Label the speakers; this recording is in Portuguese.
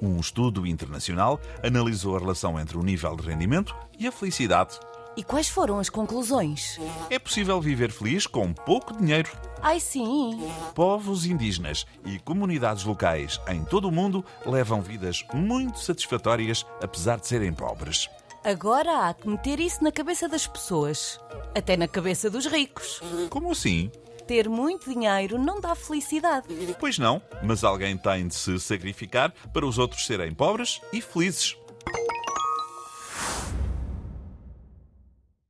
Speaker 1: Um estudo internacional analisou a relação entre o nível de rendimento e a felicidade.
Speaker 2: E quais foram as conclusões?
Speaker 1: É possível viver feliz com pouco dinheiro.
Speaker 2: Ai sim!
Speaker 1: Povos indígenas e comunidades locais em todo o mundo levam vidas muito satisfatórias, apesar de serem pobres.
Speaker 2: Agora há que meter isso na cabeça das pessoas, até na cabeça dos ricos.
Speaker 1: Como assim?
Speaker 2: Ter muito dinheiro não dá felicidade.
Speaker 1: Pois não, mas alguém tem de se sacrificar para os outros serem pobres e felizes.